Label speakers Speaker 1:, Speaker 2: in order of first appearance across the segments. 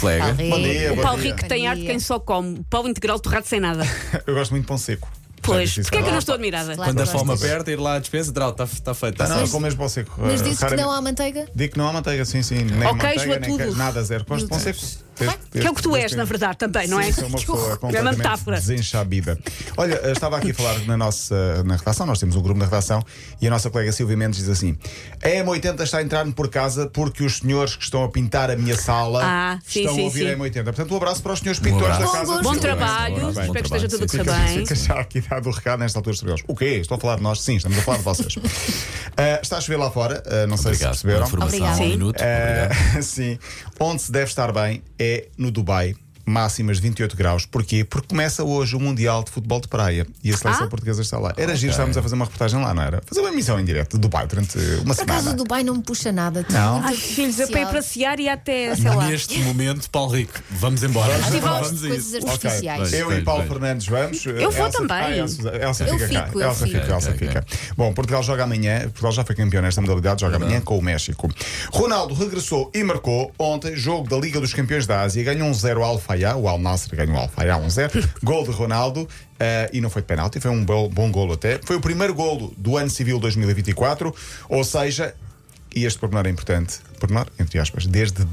Speaker 1: colega.
Speaker 2: Bom dia,
Speaker 3: O
Speaker 2: bom
Speaker 3: Paulo
Speaker 2: dia.
Speaker 3: Rico tem
Speaker 4: Bom
Speaker 3: arte de
Speaker 4: dia.
Speaker 3: quem só come. Pão integral torrado sem nada.
Speaker 2: Eu gosto muito de pão seco.
Speaker 3: Pois,
Speaker 2: disse isso
Speaker 3: porquê é que eu
Speaker 2: agora.
Speaker 3: não estou admirada?
Speaker 4: Claro.
Speaker 1: Quando a
Speaker 4: Gostas.
Speaker 1: fome aperta, ir lá à despensa, está tá feito.
Speaker 2: Ah,
Speaker 1: Tá
Speaker 2: não, eu
Speaker 1: certo.
Speaker 2: como mesmo pão seco.
Speaker 4: Mas
Speaker 2: Ah,
Speaker 4: disse que
Speaker 2: raramente-
Speaker 4: não há manteiga?
Speaker 2: Digo que não há manteiga, sim, sim. Nem
Speaker 3: Ou
Speaker 2: manteiga,
Speaker 3: queijo, ou
Speaker 2: nem
Speaker 3: tudo.
Speaker 2: queijo, nada, zero. Gosto de pão seco.
Speaker 3: Que é o que tu és, na verdade, também, não é?
Speaker 2: Sou uma pessoa
Speaker 3: É uma
Speaker 2: completamente
Speaker 3: metáfora.
Speaker 2: desenxabida. Olha, eu estava aqui a falar na nossa na redação, nós temos um grupo na redação e a nossa colega Silvia Mendes diz assim: A M80 está a entrar-me por casa porque os senhores que estão a pintar a minha sala
Speaker 3: Ah, sim,
Speaker 2: estão
Speaker 3: sim,
Speaker 2: a ouvir
Speaker 3: sim.
Speaker 2: a M80. Portanto, um abraço para os senhores pintores
Speaker 1: abraço.
Speaker 2: da
Speaker 4: Bom
Speaker 2: casa.
Speaker 4: gosto.
Speaker 2: de
Speaker 3: Bom
Speaker 2: Silvia.
Speaker 3: trabalho,
Speaker 1: Bom
Speaker 3: espero que esteja
Speaker 1: trabalho,
Speaker 2: é
Speaker 3: tudo a
Speaker 1: sim.
Speaker 3: correr
Speaker 2: Fica-
Speaker 3: bem.
Speaker 2: Fica já aqui dado o recado nesta altura, estrelas. O quê? Estão a falar de nós? Sim, estamos a falar de vocês. Ah, está a chover lá fora, ah, não sei
Speaker 1: Obrigado
Speaker 2: se
Speaker 1: pela
Speaker 2: perceberam.
Speaker 1: informação.
Speaker 4: Obrigada.
Speaker 1: Um
Speaker 3: Sim.
Speaker 1: minuto.
Speaker 2: Ah,
Speaker 1: Obrigado.
Speaker 2: sim. Onde se deve estar bem é no Dubai. Máximas de 28 graus. Porquê? Porque começa hoje o Mundial de Futebol de Praia e a seleção
Speaker 3: Ah?
Speaker 2: portuguesa está lá. Era giro, estávamos a fazer uma reportagem lá, não era? Fazer uma emissão em direto de Dubai durante
Speaker 4: Por
Speaker 2: uma semana.
Speaker 4: acaso o Dubai não me puxa nada. Tudo
Speaker 2: Não.
Speaker 4: muito
Speaker 3: Ai, filhos, eu para ir
Speaker 4: artificial.
Speaker 3: passear e até, sei lá.
Speaker 1: Neste momento, Paulo Rico, vamos embora.
Speaker 4: Festival de
Speaker 1: vamos a
Speaker 4: coisas
Speaker 1: isso.
Speaker 2: Ok.
Speaker 4: artificiais.
Speaker 1: Bem.
Speaker 2: Eu e Paulo
Speaker 1: bem.
Speaker 2: Fernandes vamos. Eu
Speaker 3: vou também.
Speaker 2: Elsa, Elsa
Speaker 4: Eu
Speaker 2: fica cá.
Speaker 4: fico, eu
Speaker 2: Elsa
Speaker 4: fico.
Speaker 2: fica, Elsa
Speaker 1: Ok,
Speaker 2: fica. Bom, Portugal joga amanhã. Portugal já foi campeão nesta modalidade, joga amanhã com o México. Ronaldo regressou e marcou ontem jogo da Liga dos Campeões da Ásia. Ganhou um 0 ao Al-Fayá. O Al-Nasser ganhou ao Al-Fayá 1-0. gol de Ronaldo. eh, e não foi de penalti, foi um bom, bom golo até. Foi o primeiro golo do ano civil 2024, ou seja, e este pormenor é importante, pormenor, entre aspas, desde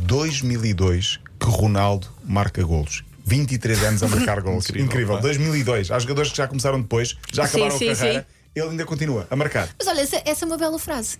Speaker 2: 2002 que Ronaldo marca golos. 23 anos a marcar golos. Incrível. 2002. Há jogadores que já começaram depois, já
Speaker 3: Sim,
Speaker 2: acabaram
Speaker 3: sim,
Speaker 2: a carreira. Ele ainda continua a marcar.
Speaker 4: Mas olha, essa, essa é uma bela frase.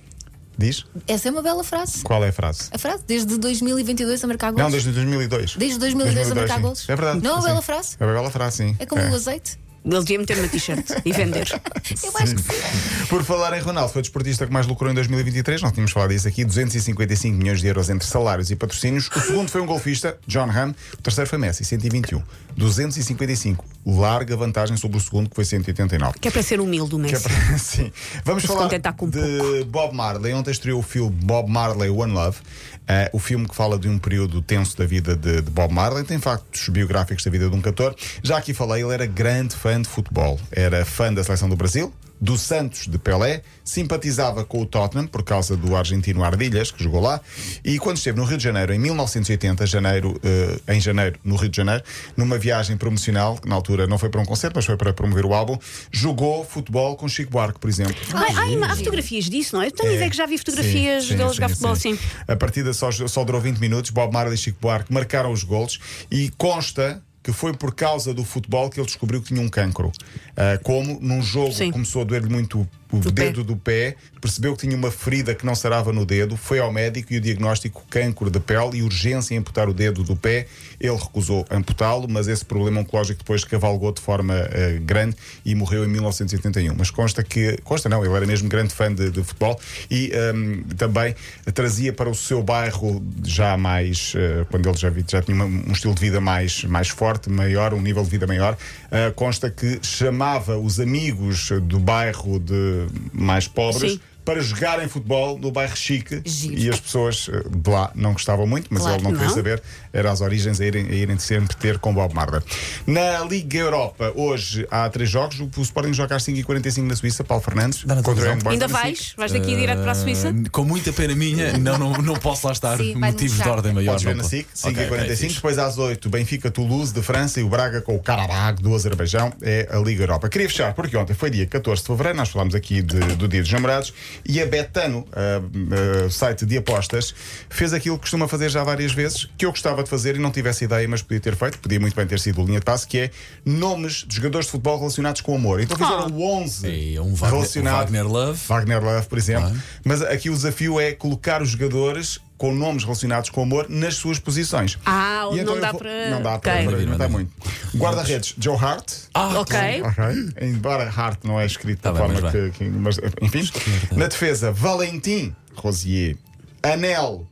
Speaker 2: Diz?
Speaker 4: Essa é uma bela frase.
Speaker 2: Qual é a frase?
Speaker 4: A frase, desde 2022 a marcar gols.
Speaker 2: Não, desde 2002.
Speaker 4: Desde 2002 a marcar
Speaker 2: sim.
Speaker 4: golos?
Speaker 2: É verdade.
Speaker 4: Não é uma
Speaker 2: Sim.
Speaker 4: bela frase?
Speaker 2: É uma bela frase, sim.
Speaker 4: É como o azeite.
Speaker 3: Ele devia meter uma t-shirt e vender.
Speaker 4: Eu acho que sim.
Speaker 2: Por falar em Ronaldo, foi o desportista que mais lucrou em 2023, nós tínhamos falado disso aqui, 255 milhões de euros entre salários e patrocínios. O segundo foi um golfista, John Hamm, o terceiro foi Messi, 121. 255, larga vantagem sobre o segundo, que foi 189.
Speaker 3: Que é para ser humilde o
Speaker 2: Que é
Speaker 3: Messi.
Speaker 2: para- Sim. Vamos
Speaker 3: Se
Speaker 2: falar
Speaker 4: tá
Speaker 3: contentar com
Speaker 2: de
Speaker 3: pouco.
Speaker 2: Bob Marley. Ontem estreou o filme Bob Marley One Love, eh, o filme que fala de um período tenso da vida de, de Bob Marley. Tem factos biográficos da vida de um cantor. Já aqui falei, ele era grande fã de futebol. Era fã da seleção do Brasil, do Santos de Pelé, simpatizava com o Tottenham por causa do argentino Ardilhas, que jogou lá. E quando esteve no Rio de Janeiro, em 1980, janeiro, eh, em janeiro, no Rio de Janeiro, numa viagem promocional, que na altura não foi para um concerto, mas foi para promover o álbum, jogou futebol com Chico Buarque, por exemplo.
Speaker 3: Ai, ai, mas há fotografias disso, não é? Eu tenho ideia que já vi fotografias
Speaker 2: Sim, sim,
Speaker 3: dele
Speaker 2: sim,
Speaker 3: jogar futebol assim.
Speaker 2: A partida só, só durou 20 minutos. Bob Marley e Chico Buarque marcaram os golos e consta que foi por causa do futebol que ele descobriu que tinha um cancro. Ah, como num jogo
Speaker 3: Sim.
Speaker 2: começou a doer-lhe muito o
Speaker 3: Do
Speaker 2: dedo do pé, percebeu que tinha uma ferida que não sarava no dedo, foi ao médico e o diagnóstico cancro de pele e urgência em amputar o dedo do pé. Ele recusou amputá-lo, mas esse problema oncológico depois cavalgou de forma ah, grande e morreu em 1981. Mas consta que, consta não, ele era mesmo grande fã de, de futebol e ahm, também trazia para o seu bairro já mais, ah, quando ele já, vi- já tinha uma- um estilo de vida mais, mais forte, maior, um nível de vida maior, ah, consta que chamava os amigos do bairro de mais pobres.
Speaker 3: Sim.
Speaker 2: Para jogarem futebol no bairro chique
Speaker 4: Giro.
Speaker 2: e as pessoas ah, de lá não gostavam muito, mas
Speaker 4: Claro
Speaker 2: ele não
Speaker 3: que
Speaker 2: queria
Speaker 3: não.
Speaker 2: saber saber, era as origens a irem, a irem sempre ter com Bob Marder. Na Liga Europa, hoje há três jogos. O o Sporting joga às 5h45 na Suíça, Paulo Fernandes.
Speaker 1: Dá na televisão.
Speaker 2: Young Boys
Speaker 3: Ainda
Speaker 2: da Benfica.
Speaker 3: vais? Vais daqui direto para a Suíça?
Speaker 2: Hum,
Speaker 1: Ah, Com muita pena minha, não, não, não posso lá estar.
Speaker 4: Sim, vai
Speaker 1: Motivos
Speaker 4: no
Speaker 1: de
Speaker 4: chat.
Speaker 1: ordem maior.
Speaker 2: Podes ver
Speaker 1: não
Speaker 2: na
Speaker 1: posso.
Speaker 2: SIC,
Speaker 1: Ok,
Speaker 2: 5
Speaker 1: ok,
Speaker 2: 45
Speaker 1: fixe.
Speaker 2: depois às 8 Benfica Toulouse de França e o Braga com o Carabag do Azerbaijão é a Liga Europa. Queria fechar, porque ontem foi dia 14 de Fevereiro, nós falámos aqui de- do Dia dos Namorados, e a Betano, ah, ah, site de apostas, fez aquilo que costuma fazer já várias vezes, que eu gostava de fazer e não tivesse ideia, mas podia ter feito, podia muito bem ter sido linha de passe, que é nomes de jogadores de futebol relacionados com amor. Então fizeram 11
Speaker 1: E Ah. um Wagner-
Speaker 2: relacionados-
Speaker 1: Wagner Love.
Speaker 2: Wagner Love, por exemplo.
Speaker 1: Claro.
Speaker 2: Mas aqui o desafio é colocar os jogadores com nomes relacionados com o amor nas suas posições.
Speaker 3: Ah,
Speaker 2: E então
Speaker 3: não
Speaker 2: eu
Speaker 3: dá
Speaker 2: vou-
Speaker 3: para-
Speaker 2: Não dá para para-
Speaker 3: Ok.
Speaker 2: não dá
Speaker 1: Maravilha,
Speaker 2: muito. Guarda-redes, Joe Hart.
Speaker 1: Ah,
Speaker 3: Ok.
Speaker 2: Ok. Embora Hart não é escrito
Speaker 1: Tá
Speaker 2: da
Speaker 1: bem,
Speaker 2: forma
Speaker 1: mas
Speaker 2: que,
Speaker 1: vai.
Speaker 2: que- mas, Enfim. Na defesa, Valentim Rosier. Anel.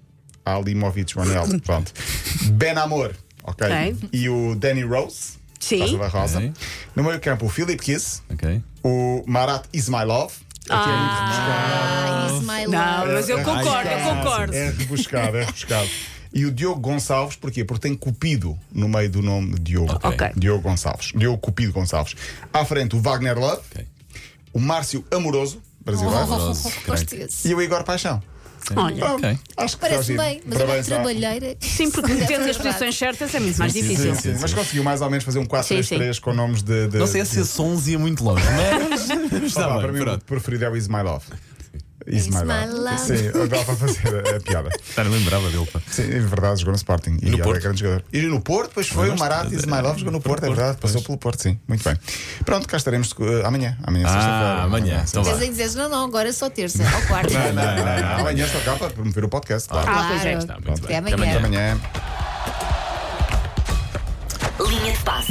Speaker 2: Há ali movidos o Anel. Pronto. Ben Amor. Ok.
Speaker 3: Ok.
Speaker 2: E o Danny Rose.
Speaker 3: Sim.
Speaker 2: Casa da Rosa.
Speaker 1: Ok.
Speaker 2: No meio campo, o Philip Kiss.
Speaker 1: ok.
Speaker 2: O Marat Ismailov. que
Speaker 3: Ah.
Speaker 2: é muito rebuscado.
Speaker 4: Ah, isso, my
Speaker 3: Não,
Speaker 4: love.
Speaker 3: mas eu concordo, eu concordo.
Speaker 2: É rebuscado, é rebuscado. E o Diogo Gonçalves, porquê? Porque tem Cupido no meio do nome de Diogo.
Speaker 3: Ok.
Speaker 2: Diogo Gonçalves. Diogo Cupido Gonçalves. À frente o Wagner Love,
Speaker 1: Ok.
Speaker 2: o Márcio Amoroso, brasileiro,
Speaker 4: Oh,
Speaker 1: Maravilhoso,
Speaker 3: Oh.
Speaker 4: gosto desse.
Speaker 2: e o Igor Paixão.
Speaker 3: Olha.
Speaker 1: Ok.
Speaker 2: Acho que está
Speaker 4: Parece
Speaker 2: giro.
Speaker 4: bem, mas
Speaker 2: Parabéns
Speaker 4: é uma
Speaker 2: à-
Speaker 4: trabalheira.
Speaker 3: Sim, é porque metendo as posições certas é muito mais
Speaker 1: sim,
Speaker 3: difícil.
Speaker 1: sim,
Speaker 2: Sim, mas conseguiu mais ou menos fazer um 4-3-3 com nomes de. de
Speaker 1: Não sei se
Speaker 2: de-
Speaker 1: esse 11 ia muito longe, mas
Speaker 2: Opa,
Speaker 1: está
Speaker 2: para mim,
Speaker 1: bem.
Speaker 2: o
Speaker 1: Pronto.
Speaker 2: preferido é o Is My Love. Is,
Speaker 4: My Love.
Speaker 2: Sim, eu dava para fazer a, a piada.
Speaker 1: Estar lembrava dele. pá.
Speaker 2: Sim, é verdade, jogou no Sporting. E,
Speaker 1: no
Speaker 2: era
Speaker 1: Porto?
Speaker 2: grande jogador. E no Porto, depois foi o Marat Is My Love, jogou no Porto, é verdade, passou pelo Porto, sim. Muito bem. Pronto, cá estaremos eh, amanhã. Amanhã,
Speaker 1: Ah,
Speaker 2: sexta-feira.
Speaker 1: amanhã, então vá.
Speaker 4: Mas aí dizes, não, não, agora é só terça, ou quarta.
Speaker 2: Não, não, não, não. Amanhã estou cá para promover o podcast, claro.
Speaker 3: Ah, pois é.
Speaker 4: Claro.
Speaker 1: Está muito
Speaker 4: Até
Speaker 1: bem.
Speaker 4: amanhã.
Speaker 2: Até amanhã.
Speaker 5: Linha de passe.